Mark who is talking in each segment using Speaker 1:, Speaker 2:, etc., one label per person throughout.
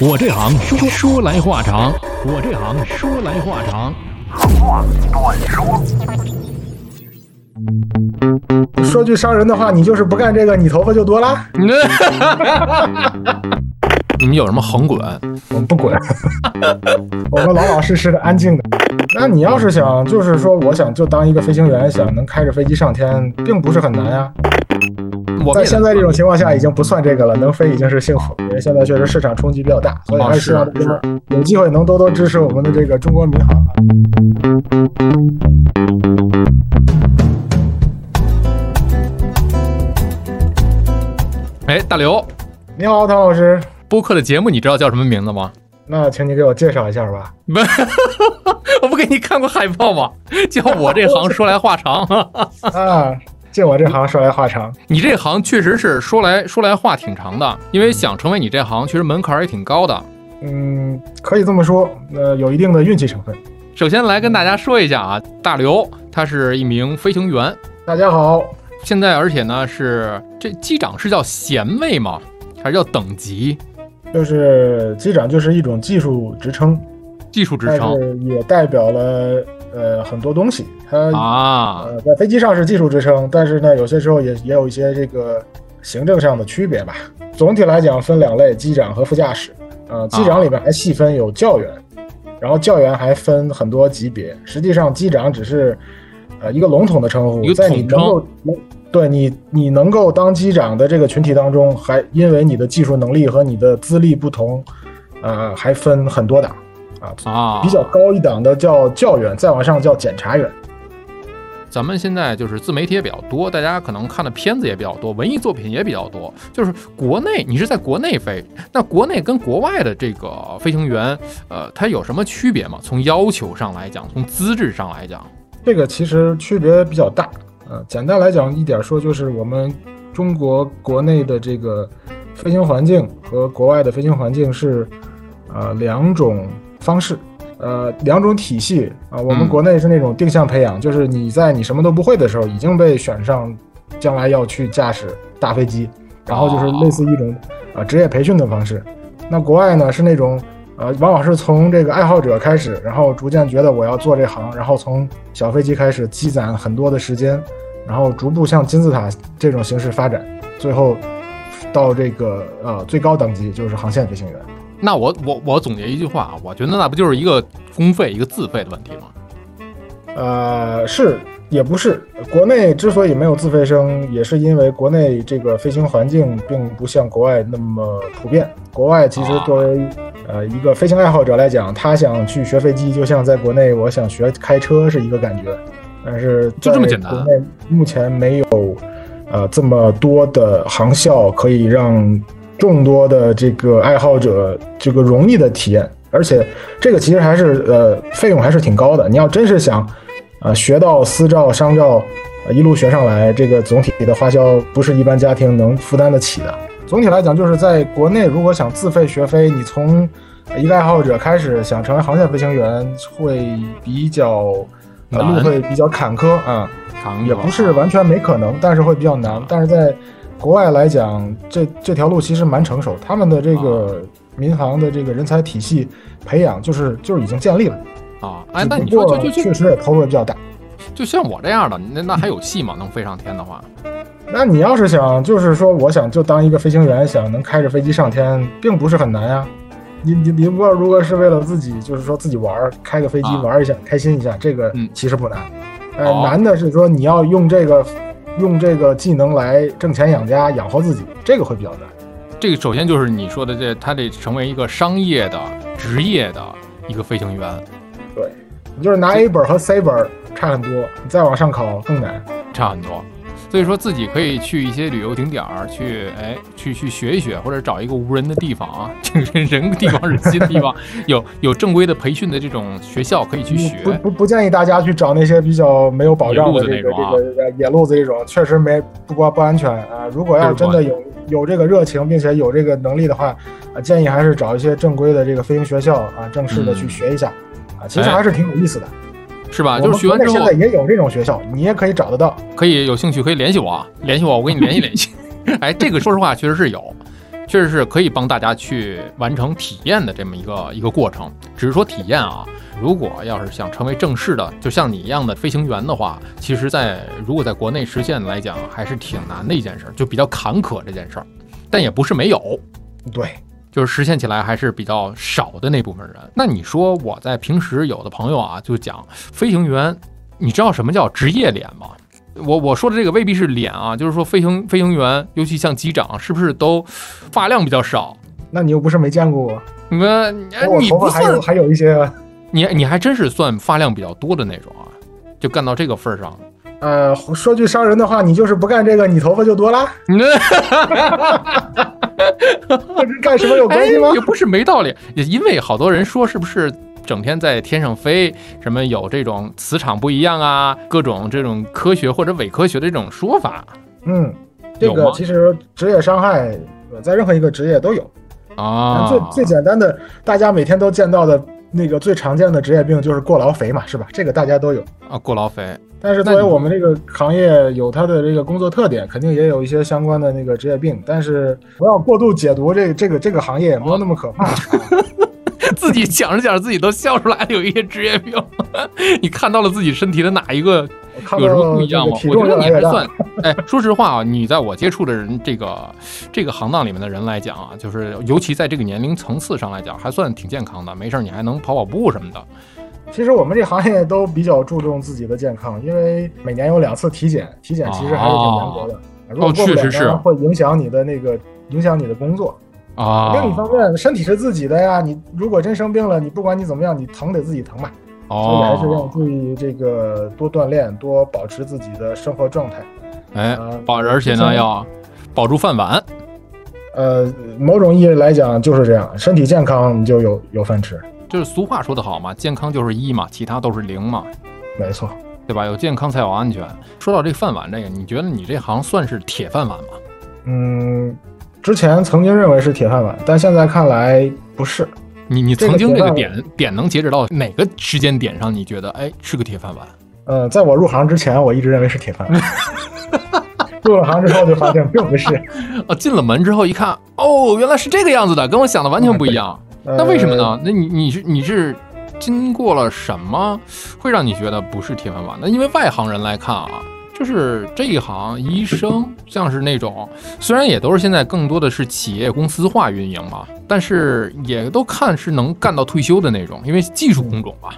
Speaker 1: 我这行说说来话长，我这行说来话 长。
Speaker 2: 说句伤人的话，你就是不干这个，你头发就多啦。
Speaker 3: 你们有什么横滚？
Speaker 2: 我们不滚， 我们老老实实的、安静的。那你要是想，就是说，我想就当一个飞行员，想能开着飞机上天，并不是很难呀、
Speaker 3: 我们
Speaker 2: 在
Speaker 3: 也
Speaker 2: 现在这种情况下，已经不算这个了，能飞已经是幸福。因为现在确实市场冲击比较大，所以还啊是希望大家有机会能多多支持我们的这个中国民航。啊
Speaker 3: 哎，大刘，
Speaker 2: 你好，唐老师，
Speaker 3: 播客的节目你知道叫什么名字吗？
Speaker 2: 那请你给我介绍一下吧。
Speaker 3: 不，我不给你看过海报吗？叫我这行说来话长。
Speaker 2: 啊，进我这行说来话长，
Speaker 3: 你这行确实是说来说来话挺长的，因为想成为你这行，其实门槛儿也挺高的。
Speaker 2: 嗯，可以这么说，呃，有一定的运气成分。
Speaker 3: 首先来跟大家说一下啊，大刘他是一名飞行员，
Speaker 2: 大家好，
Speaker 3: 现在而且呢是这机长是叫衔位吗？还是叫等级
Speaker 2: 就是机长就是一种技术职称，
Speaker 3: 技术职
Speaker 2: 但
Speaker 3: 称
Speaker 2: 是也代表了呃很多东西。它、
Speaker 3: 啊？
Speaker 2: 呃在飞机上是技术职称，但是呢，有些时候也也有一些这个行政上的区别吧。总体来讲分两类，机长和副驾驶。呃，机
Speaker 3: 啊
Speaker 2: 长里边还细分有教员，然后教员还分很多级别。实际上，机长只是呃一个笼统的称呼
Speaker 3: 一，个
Speaker 2: 在你
Speaker 3: 统称
Speaker 2: 能够能对你你能够当机长的这个群体当中，还因为你的技术能力和你的资历不同，呃，还分很多档啊。
Speaker 3: 啊，
Speaker 2: 比较高一档的叫教员，再往上叫检察员。
Speaker 3: 咱们现在就是自媒体也比较多，大家可能看的片子也比较多，文艺作品也比较多。就是国内，你是在国内飞，那国内跟国外的这个飞行员，呃，它有什么区别吗？从要求上来讲，从资质上来讲，
Speaker 2: 这个其实区别比较大。呃，简单来讲一点说，就是我们中国国内的这个飞行环境和国外的飞行环境是呃两种方式，呃两种体系啊、我们
Speaker 3: 嗯
Speaker 2: 国内是那种定向培养，就是你在你什么都不会的时候已经被选上，将来要去驾驶大飞机，然后就是类似一种呃职业培训的方式。那国外呢是那种，呃，往往是从这个爱好者开始，然后逐渐觉得我要做这行，然后从小飞机开始积攒很多的时间，然后逐步向金字塔这种形式发展，最后到这个呃最高等级就是航线飞行员。
Speaker 3: 那我我我总结一句话啊，我觉得那不就是一个公费一个自费的问题吗？
Speaker 2: 呃，是也不是。国内之所以没有自费生，也是因为国内这个飞行环境并不像国外那么普遍。国外其实作为、呃一个飞行爱好者来讲，他想去学飞机，就像在国内我想学开车是一个感觉。但是
Speaker 3: 就这么
Speaker 2: 在
Speaker 3: 简单
Speaker 2: 国内目前没有呃这么多的航校可以让众多的这个爱好者这个容易的体验，而且这个其实还是呃费用还是挺高的。你要真是想呃学到私照、商照、呃一路学上来，这个总体的花销不是一般家庭能负担得起的。总体来讲，就是在国内如果想自费学飞，你从呃一个爱好者开始想成为航线飞行员，会比较呃
Speaker 3: 难嗯
Speaker 2: 路会比较坎坷啊。
Speaker 3: 看
Speaker 2: 也
Speaker 3: 过
Speaker 2: 不是完全没可能，但是会比较难。但是在国外来讲，这这条路其实蛮成熟，他们的这个
Speaker 3: 啊
Speaker 2: 民航的这个人才体系培养就是就是已经建立了，
Speaker 3: 啊，哎，
Speaker 2: 只
Speaker 3: 那你
Speaker 2: 不
Speaker 3: 说
Speaker 2: 过
Speaker 3: 就就
Speaker 2: 确
Speaker 3: 就
Speaker 2: 实也投入也比较大。
Speaker 3: 就像我这样的，那那还有戏吗？能飞上天的话，
Speaker 2: 那你要是想，就是说，我想就当一个飞行员，想能开着飞机上天，并不是很难呀。你你你不知道，如果是为了自己，就是说自己玩儿，开个飞机
Speaker 3: 啊
Speaker 2: 玩儿一下，开心一下，这个
Speaker 3: 嗯
Speaker 2: 其实不难。
Speaker 3: 哦
Speaker 2: 呃，难的是说你要用这个用这个技能来挣钱养家，养活自己，这个会比较难。
Speaker 3: 这个首先就是你说的这，他得成为一个商业的职业的一个飞行员，
Speaker 2: 你就是拿 A 本儿和 C 本儿差很多，你再往上考更难。
Speaker 3: 差很多。所以说自己可以去一些旅游景点儿，去哎去去学一学，或者找一个无人的地方啊，这个人地方是新的地方，有有正规的培训的这种学校可以去学。
Speaker 2: 不不不建议大家去找那些比较没有保障的
Speaker 3: 野
Speaker 2: 这个
Speaker 3: 路子那种啊
Speaker 2: 这个呃野路子这种，确实没不光不安全啊。如果要真的有有这个热情，并且有这个能力的话，啊，建议还是找一些正规的这个飞行学校啊，正式的去学一下。啊，其
Speaker 3: 嗯
Speaker 2: 实
Speaker 3: 哎
Speaker 2: 还是挺有意思的。
Speaker 3: 是吧？
Speaker 2: 我
Speaker 3: 就
Speaker 2: 们
Speaker 3: 是学
Speaker 2: 国
Speaker 3: 完
Speaker 2: 内
Speaker 3: 之
Speaker 2: 现
Speaker 3: 后
Speaker 2: 在也有这种学校，你也可以找得到。
Speaker 3: 可以有兴趣可以联系我啊，联系我，我给你联系联系。哎，这个说实话确实是有，确实是可以帮大家去完成体验的这么一个一个过程。只是说体验啊，如果要是想成为正式的，就像你一样的飞行员的话，其实在如果在国内实现来讲，还是挺难的一件事儿，就比较坎坷这件事儿。但也不是没有，
Speaker 2: 对，
Speaker 3: 就是实现起来还是比较少的那部分人。那你说我在平时有的朋友啊，就讲飞行员，你知道什么叫职业脸吗？我我说的这个未必是脸啊，就是说飞行飞行员，尤其像机长，是不是都发量比较少？
Speaker 2: 那你又不是没见过我，
Speaker 3: 你们哎
Speaker 2: 我
Speaker 3: 你
Speaker 2: 头
Speaker 3: 不
Speaker 2: 发还有
Speaker 3: 算
Speaker 2: 还有一些，
Speaker 3: 你你还真是算发量比较多的那种啊，就干到这个份儿上。
Speaker 2: 呃，说句伤人的话，你就是不干这个，你头发就多啦，
Speaker 3: 你那
Speaker 2: 和这干什么有关系吗
Speaker 3: 哎？也不是没道理，也因为好多人说是不是整天在天上飞，什么有这种磁场不一样啊，各种这种科学或者伪科学的这种说法
Speaker 2: 嗯，这
Speaker 3: 有
Speaker 2: 个
Speaker 3: 吗
Speaker 2: 其实职业伤害呃在任何一个职业都有。
Speaker 3: 啊。
Speaker 2: 最最简单的，大家每天都见到的那个最常见的职业病就是过劳肥嘛，是吧？这个大家都有。
Speaker 3: 啊，过劳肥
Speaker 2: 但是
Speaker 3: 那
Speaker 2: 作为
Speaker 3: 你
Speaker 2: 我们这个行业有它的这个工作特点，肯定也有一些相关的那个职业病。但是不要过度解读这这个这个行业，没有那么可怕。
Speaker 3: 自己讲着讲着自己都笑出来了，有一些职业病。 你看到了自己身体的哪一个
Speaker 2: 我看
Speaker 3: 有什么
Speaker 2: 到
Speaker 3: 不
Speaker 2: 这
Speaker 3: 一样
Speaker 2: 个
Speaker 3: 吗？
Speaker 2: 体
Speaker 3: 我觉
Speaker 2: 重越
Speaker 3: 得
Speaker 2: 来
Speaker 3: 你
Speaker 2: 越
Speaker 3: 还
Speaker 2: 大，
Speaker 3: 算，哎，说实话啊，你在我接触的人这个这个行当里面的人来讲啊，就是尤其在这个年龄层次上来讲，还算挺健康的，没事儿你还能跑跑步什么的。
Speaker 2: 其实我们这行业都比较注重自己的健康，因为每年有两次体检，体检其实还是挺严格的。如果过不
Speaker 3: 哦确
Speaker 2: 了
Speaker 3: 实是
Speaker 2: 呢，会影响你的那个影响你的工作。
Speaker 3: 啊，
Speaker 2: 另一方面，身体是自己的呀，你如果真生病了，你不管你怎么样，你疼得自己疼嘛。所以还是要
Speaker 3: 哦，
Speaker 2: 注意这个多锻炼，多保持自己的生活状态。
Speaker 3: 哎
Speaker 2: 呃，
Speaker 3: 保而且呢
Speaker 2: 就
Speaker 3: 要保住饭碗。
Speaker 2: 呃，某种意义来讲就是这样，身体健康你就有有饭吃，
Speaker 3: 就是俗话说得好嘛，健康就是一嘛，其他都是零嘛，
Speaker 2: 没错。
Speaker 3: 对吧？有健康才有安全。说到这饭碗这个，你觉得你这行算是铁饭碗吗？
Speaker 2: 嗯，之前曾经认为是铁饭碗，但现在看来不是。
Speaker 3: 你你
Speaker 2: 这个
Speaker 3: 曾经
Speaker 2: 铁
Speaker 3: 这个
Speaker 2: 饭
Speaker 3: 点点能截止到哪个时间点上？你觉得哎是个铁饭 碗？
Speaker 2: 呃，在我入行之前，我一直认为是铁饭碗。 入了行之后就发现并不是，
Speaker 3: 啊，进了门之后一看，哦，原来是这个样子的，跟我想的完全不一样。
Speaker 2: 那
Speaker 3: 那为什么？呢？那你你是你是经过了什么，会让你觉得不是铁饭碗呢？因为外行人来看啊，就是这一行医生，像是那种虽然也都是现在更多的是企业公司化运营嘛，但是也都看是能干到退休的那种，因为技术工种嘛。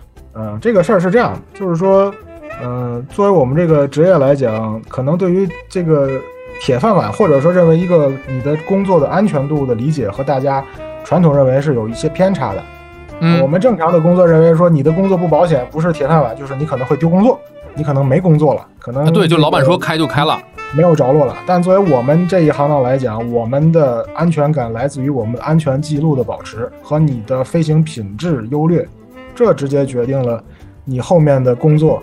Speaker 2: 嗯、这个事儿是这样，就是说，嗯，作为我们这个职业来讲，可能对于这个铁饭碗，或者说认为一个你的工作的安全度的理解和大家传统认为是有一些偏差的。
Speaker 3: 嗯，
Speaker 2: 我们正常的工作认为说你的工作不保险，不是铁饭碗，就是你可能会丢工作，你可能没工作了，可能、
Speaker 3: 啊对，就老板说开就开了。
Speaker 2: 没有着落了。但作为我们这一行当来讲，我们的安全感来自于我们的安全记录的保持和你的飞行品质优劣，这直接决定了你后面的工作，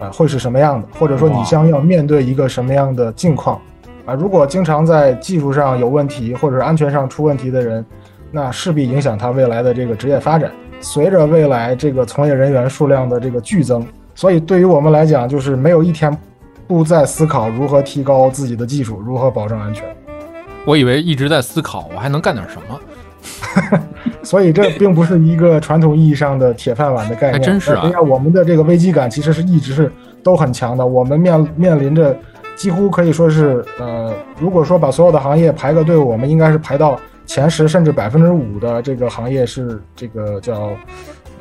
Speaker 2: 啊、会是什么样的，或者说
Speaker 3: 哇
Speaker 2: 你将要面对一个什么样的境况，啊、如果经常在技术上有问题或者是安全上出问题的人，那势必影响他未来的这个职业发展。随着未来这个从业人员数量的这个剧增，所以对于我们来讲，就是没有一天不在思考如何提高自己的技术，如何保证安全。
Speaker 3: 我以为一直在思考我还能干点什么，
Speaker 2: 所以这并不是一个传统意义上的铁饭碗的概念，
Speaker 3: 还真是啊
Speaker 2: 那我们的这个危机感其实是一直是都很强的，我们面面临着几乎可以说是呃，如果说把所有的行业排个队，我们应该是排到前十甚至百分之五的这个行业是这个叫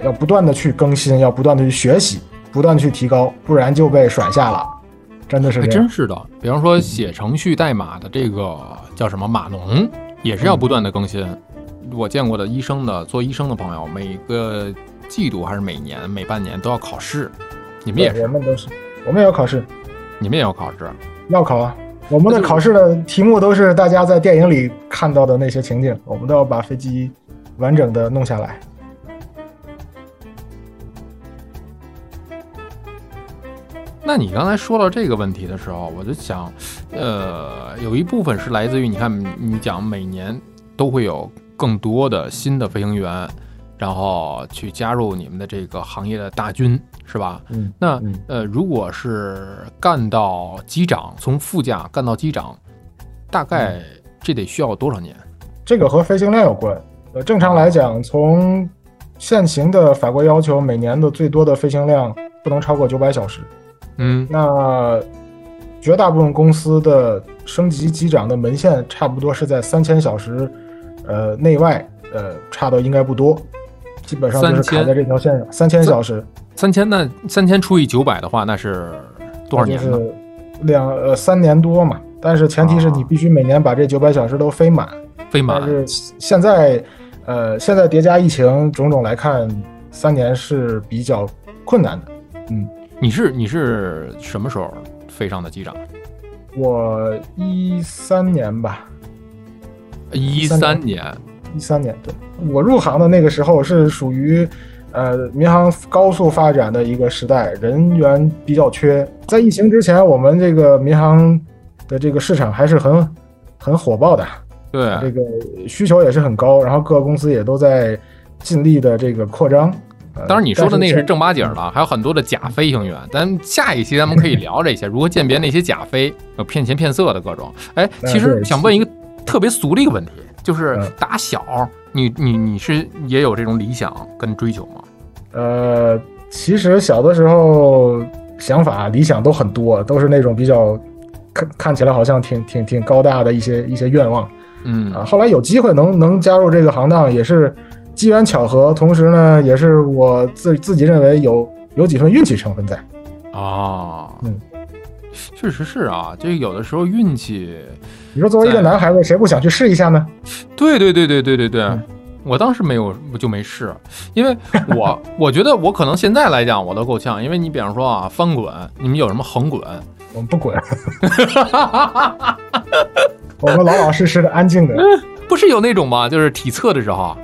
Speaker 2: 要不断的去更新，要不断的去学习，不断地去提高，不然就被甩下了。真的是
Speaker 3: 还
Speaker 2: 这样
Speaker 3: 真，是的。比方说写程序代码的这个叫什么码农，也是要不断的更新。我见过的医生的做医生的朋友，每个季度还是每年每半年都要考试。你们也
Speaker 2: 对我
Speaker 3: 是，
Speaker 2: 们都是，我们也有考试，
Speaker 3: 你们也要考试。
Speaker 2: 要考啊。我们的考试的题目都是大家在电影里看到的那些情景，我们都要把飞机完整的弄下来。
Speaker 3: 那你刚才说到这个问题的时候，我就想，呃，有一部分是来自于你看，你讲每年都会有更多的新的飞行员，然后去加入你们的这个行业的大军，是吧？
Speaker 2: 嗯，
Speaker 3: 那
Speaker 2: 嗯
Speaker 3: 呃，如果是干到机长，从副驾干到机长，大概这得需要多少年？
Speaker 2: 这个和飞行量有关。呃，正常来讲，从现行的法规要求，每年的最多的飞行量不能超过九百小时。
Speaker 3: 嗯
Speaker 2: 那绝大部分公司的升级机长的门限差不多是在三千小时，呃，内外，呃，差的应该不多，基本上就是卡
Speaker 3: 3000
Speaker 2: 在这条线上。三千小时，
Speaker 3: 三千那三千除以九百的话，那是多少年
Speaker 2: 那
Speaker 3: 呢
Speaker 2: 就？是两呃三年多嘛，但是前提是你
Speaker 3: 啊
Speaker 2: 必须每年把这九百小时都飞满。
Speaker 3: 飞满
Speaker 2: 但是现在，呃，现在叠加疫情种种来看，三年是比较困难的。嗯
Speaker 3: 你是你是什么时候飞上的机长？
Speaker 2: 我一三年吧，
Speaker 3: 一
Speaker 2: 13
Speaker 3: 三年，
Speaker 2: 一三年，对我入行的那个时候是属于，呃，民航高速发展的一个时代，人员比较缺。在疫情之前，我们这个民航的这个市场还是很很火爆的，这
Speaker 3: 对，
Speaker 2: 个需求也是很高，然后各个公司也都在尽力的这个扩张。呃
Speaker 3: 当然你说的那
Speaker 2: 但
Speaker 3: 是
Speaker 2: 是
Speaker 3: 正八经儿的，还有很多的假飞行员。咱们下一期咱们可以聊这些，如何鉴别那些假飞，呃，骗钱骗色的各种。哎，
Speaker 2: 那
Speaker 3: 其实
Speaker 2: 啊对
Speaker 3: 想问一个特别俗的一个问题，就是
Speaker 2: 嗯
Speaker 3: 打小你你你是也有这种理想跟追求吗？
Speaker 2: 呃，其实小的时候想法、理想都很多，都是那种比较看看起来好像挺挺挺高大的一些一些愿望
Speaker 3: 嗯
Speaker 2: 啊。后来有机会能能加入这个行当，也是机缘巧合，同时呢，也是我自自己认为有有几分运气成分在。
Speaker 3: 啊，
Speaker 2: 嗯
Speaker 3: 确实是啊，这有的时候运气，
Speaker 2: 你说作为一个
Speaker 3: 在
Speaker 2: 男孩子，谁不想去试一下呢？
Speaker 3: 对对对对对对对。
Speaker 2: 嗯
Speaker 3: 我当时没有，我就没试，因为我我觉得我可能现在来讲我都够呛，因为你比方说啊翻滚，你们有什么横滚，
Speaker 2: 我们不滚，我们老老实实的、安静的。
Speaker 3: 不是有那种吗？就是体测的时候，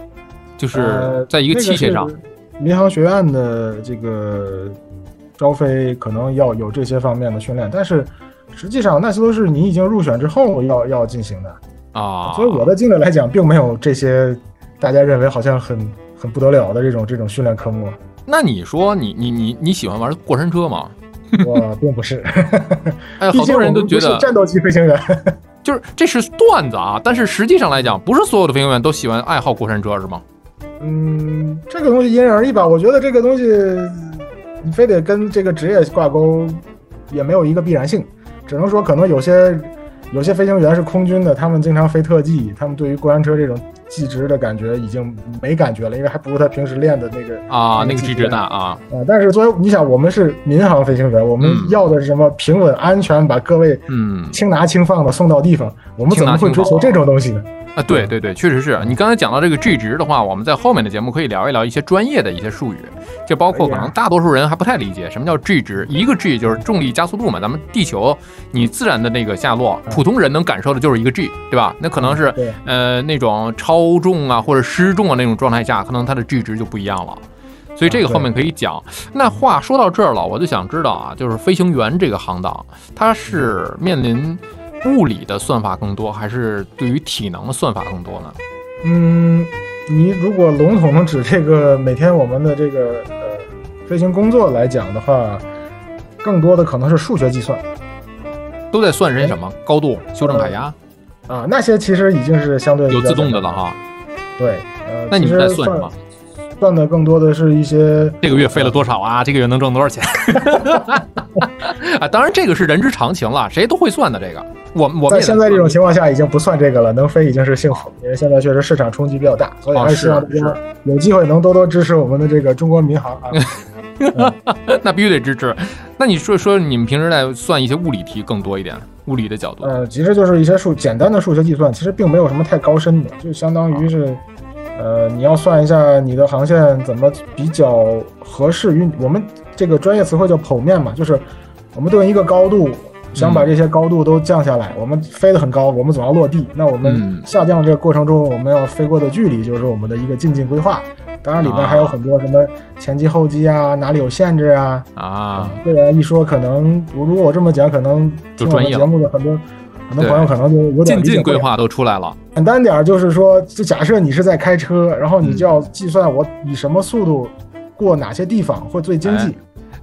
Speaker 3: 就是
Speaker 2: 呃
Speaker 3: 在一
Speaker 2: 那
Speaker 3: 个器械上，
Speaker 2: 是民航学院的这个招飞可能要有这些方面的训练，但是实际上那些都是你已经入选之后要要进行的。
Speaker 3: 啊，
Speaker 2: 所以我的经历来讲，并没有这些大家认为好像很很不得了的这种这种训练科目。
Speaker 3: 那你说你你你你喜欢玩过山车吗？
Speaker 2: 我并不是，
Speaker 3: 哎，
Speaker 2: 毕
Speaker 3: 好
Speaker 2: 竟
Speaker 3: 多
Speaker 2: 我
Speaker 3: 人
Speaker 2: 们
Speaker 3: 都
Speaker 2: 不
Speaker 3: 觉
Speaker 2: 是
Speaker 3: 得
Speaker 2: 战斗机飞行员。
Speaker 3: 就是这是段子啊，但是实际上来讲，不是所有的飞行员都喜欢爱好过山车是吗？
Speaker 2: 嗯，这个东西因人而异吧。我觉得这个东西你非得跟这个职业挂钩，也没有一个必然性。只能说，可能有些有些飞行员是空军的，他们经常飞特技，他们对于过山车这种技职的感觉已经没感觉了，因为还不如他平时练的那个
Speaker 3: 啊，那个
Speaker 2: 技
Speaker 3: 机
Speaker 2: 职
Speaker 3: 制弹啊，
Speaker 2: 啊、但是作为你想，我们是民航飞行员，我们
Speaker 3: 嗯
Speaker 2: 要的是什么？平稳、安全，把各位
Speaker 3: 嗯
Speaker 2: 轻拿轻放的送到地方。我们
Speaker 3: 轻
Speaker 2: 怎
Speaker 3: 拿
Speaker 2: 么会
Speaker 3: 轻
Speaker 2: 追
Speaker 3: 放
Speaker 2: 求这种东西呢？
Speaker 3: 啊，对对对，确实是你刚才讲到这个 G 值的话，我们在后面的节目可以聊一聊一些专业的一些术语，就包括
Speaker 2: 可以
Speaker 3: 可
Speaker 2: 啊
Speaker 3: 能大多数人还不太理解什么叫 G 值，一个 G 就是重力加速度嘛，咱们地球你自然的那个下
Speaker 2: 嗯
Speaker 3: 落，普通人能感受的就是一个 G，对吧？那可能是
Speaker 2: 对
Speaker 3: 呃那种超重啊或者失重啊那种状态下，可能它的 G 值就不一样了。所以这个
Speaker 2: 啊对
Speaker 3: 后面可以讲。那话说到这儿了，我就想知道啊，就是飞行员这个行当，它是面临物理的算法更多，还是对于体能的算法更多呢？
Speaker 2: 嗯，你如果笼统的指这个每天我们的这个呃飞行工作来讲的话，更多的可能是数学计算
Speaker 3: 都在算人什么高度、修正海压，
Speaker 2: 啊，那些其实已经是相对
Speaker 3: 有
Speaker 2: 比较
Speaker 3: 自动的了哈。
Speaker 2: 对，呃，
Speaker 3: 那你
Speaker 2: 其
Speaker 3: 们
Speaker 2: 实
Speaker 3: 在算什么
Speaker 2: 算？算的更多的是一些
Speaker 3: 这个月飞了多少 啊？这个月能挣多少钱？ 啊，当然这个是人之常情了，谁都会算的。这个，我我们
Speaker 2: 在
Speaker 3: 也
Speaker 2: 现在这种情况下已经不算这个了，能飞已经是幸福，因为现在确实市场冲击比较大，所以
Speaker 3: 哦
Speaker 2: 还是希望大
Speaker 3: 是
Speaker 2: 家有机会能多多支持我们的这个中国民航啊。
Speaker 3: 那必须得支持。那你说说你们平时在算一些物理题更多一点，物理的角度。
Speaker 2: 呃，其实就是一些数简单的数学计算，其实并没有什么太高深的，就相当
Speaker 3: 哦
Speaker 2: 于是，呃，你要算一下你的航线怎么比较合适于我们这个专业词汇叫剖面嘛，就是我们对应一个高度，想
Speaker 3: 嗯
Speaker 2: 把这些高度都降下来。我们飞得很高，我们总要落地，那我
Speaker 3: 嗯
Speaker 2: 们下降这个过程中，我们要飞过的距离就是我们的一个进近规划。当然，里边还有很多什么前机后机啊，哪里有限制啊，
Speaker 3: 啊，
Speaker 2: 这个一说，可能我如果我这么讲，可能
Speaker 3: 就
Speaker 2: 听我
Speaker 3: 专
Speaker 2: 们
Speaker 3: 业了
Speaker 2: 节目的很多很多
Speaker 3: 对
Speaker 2: 朋友可能就有点
Speaker 3: 渐
Speaker 2: 理解啊
Speaker 3: 进
Speaker 2: 不
Speaker 3: 规
Speaker 2: 了。
Speaker 3: 划都出来了。
Speaker 2: 简单点儿就是说，就假设你是在开车，然后你
Speaker 3: 嗯
Speaker 2: 就要计算我以
Speaker 3: 哎
Speaker 2: 什么速度过哪些地方会最经济。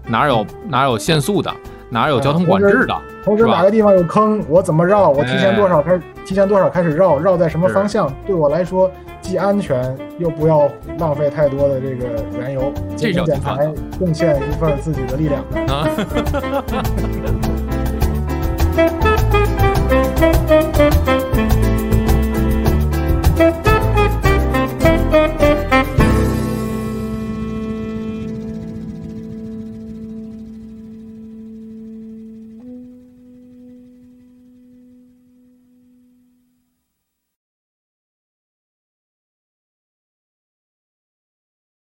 Speaker 3: 哪有哪有限速的，哪有交通管制的？
Speaker 2: 同时
Speaker 3: 是吧哎
Speaker 2: 哪个地方有坑，我怎么绕？我提前多少开始，提前多少开始绕？绕在什么
Speaker 3: 是
Speaker 2: 方向？对我来说既安全又不要浪费太多的这个燃油，节
Speaker 3: 这叫
Speaker 2: 能减
Speaker 3: 地方
Speaker 2: 嗯排，贡献一份自己的力量。
Speaker 3: 啊。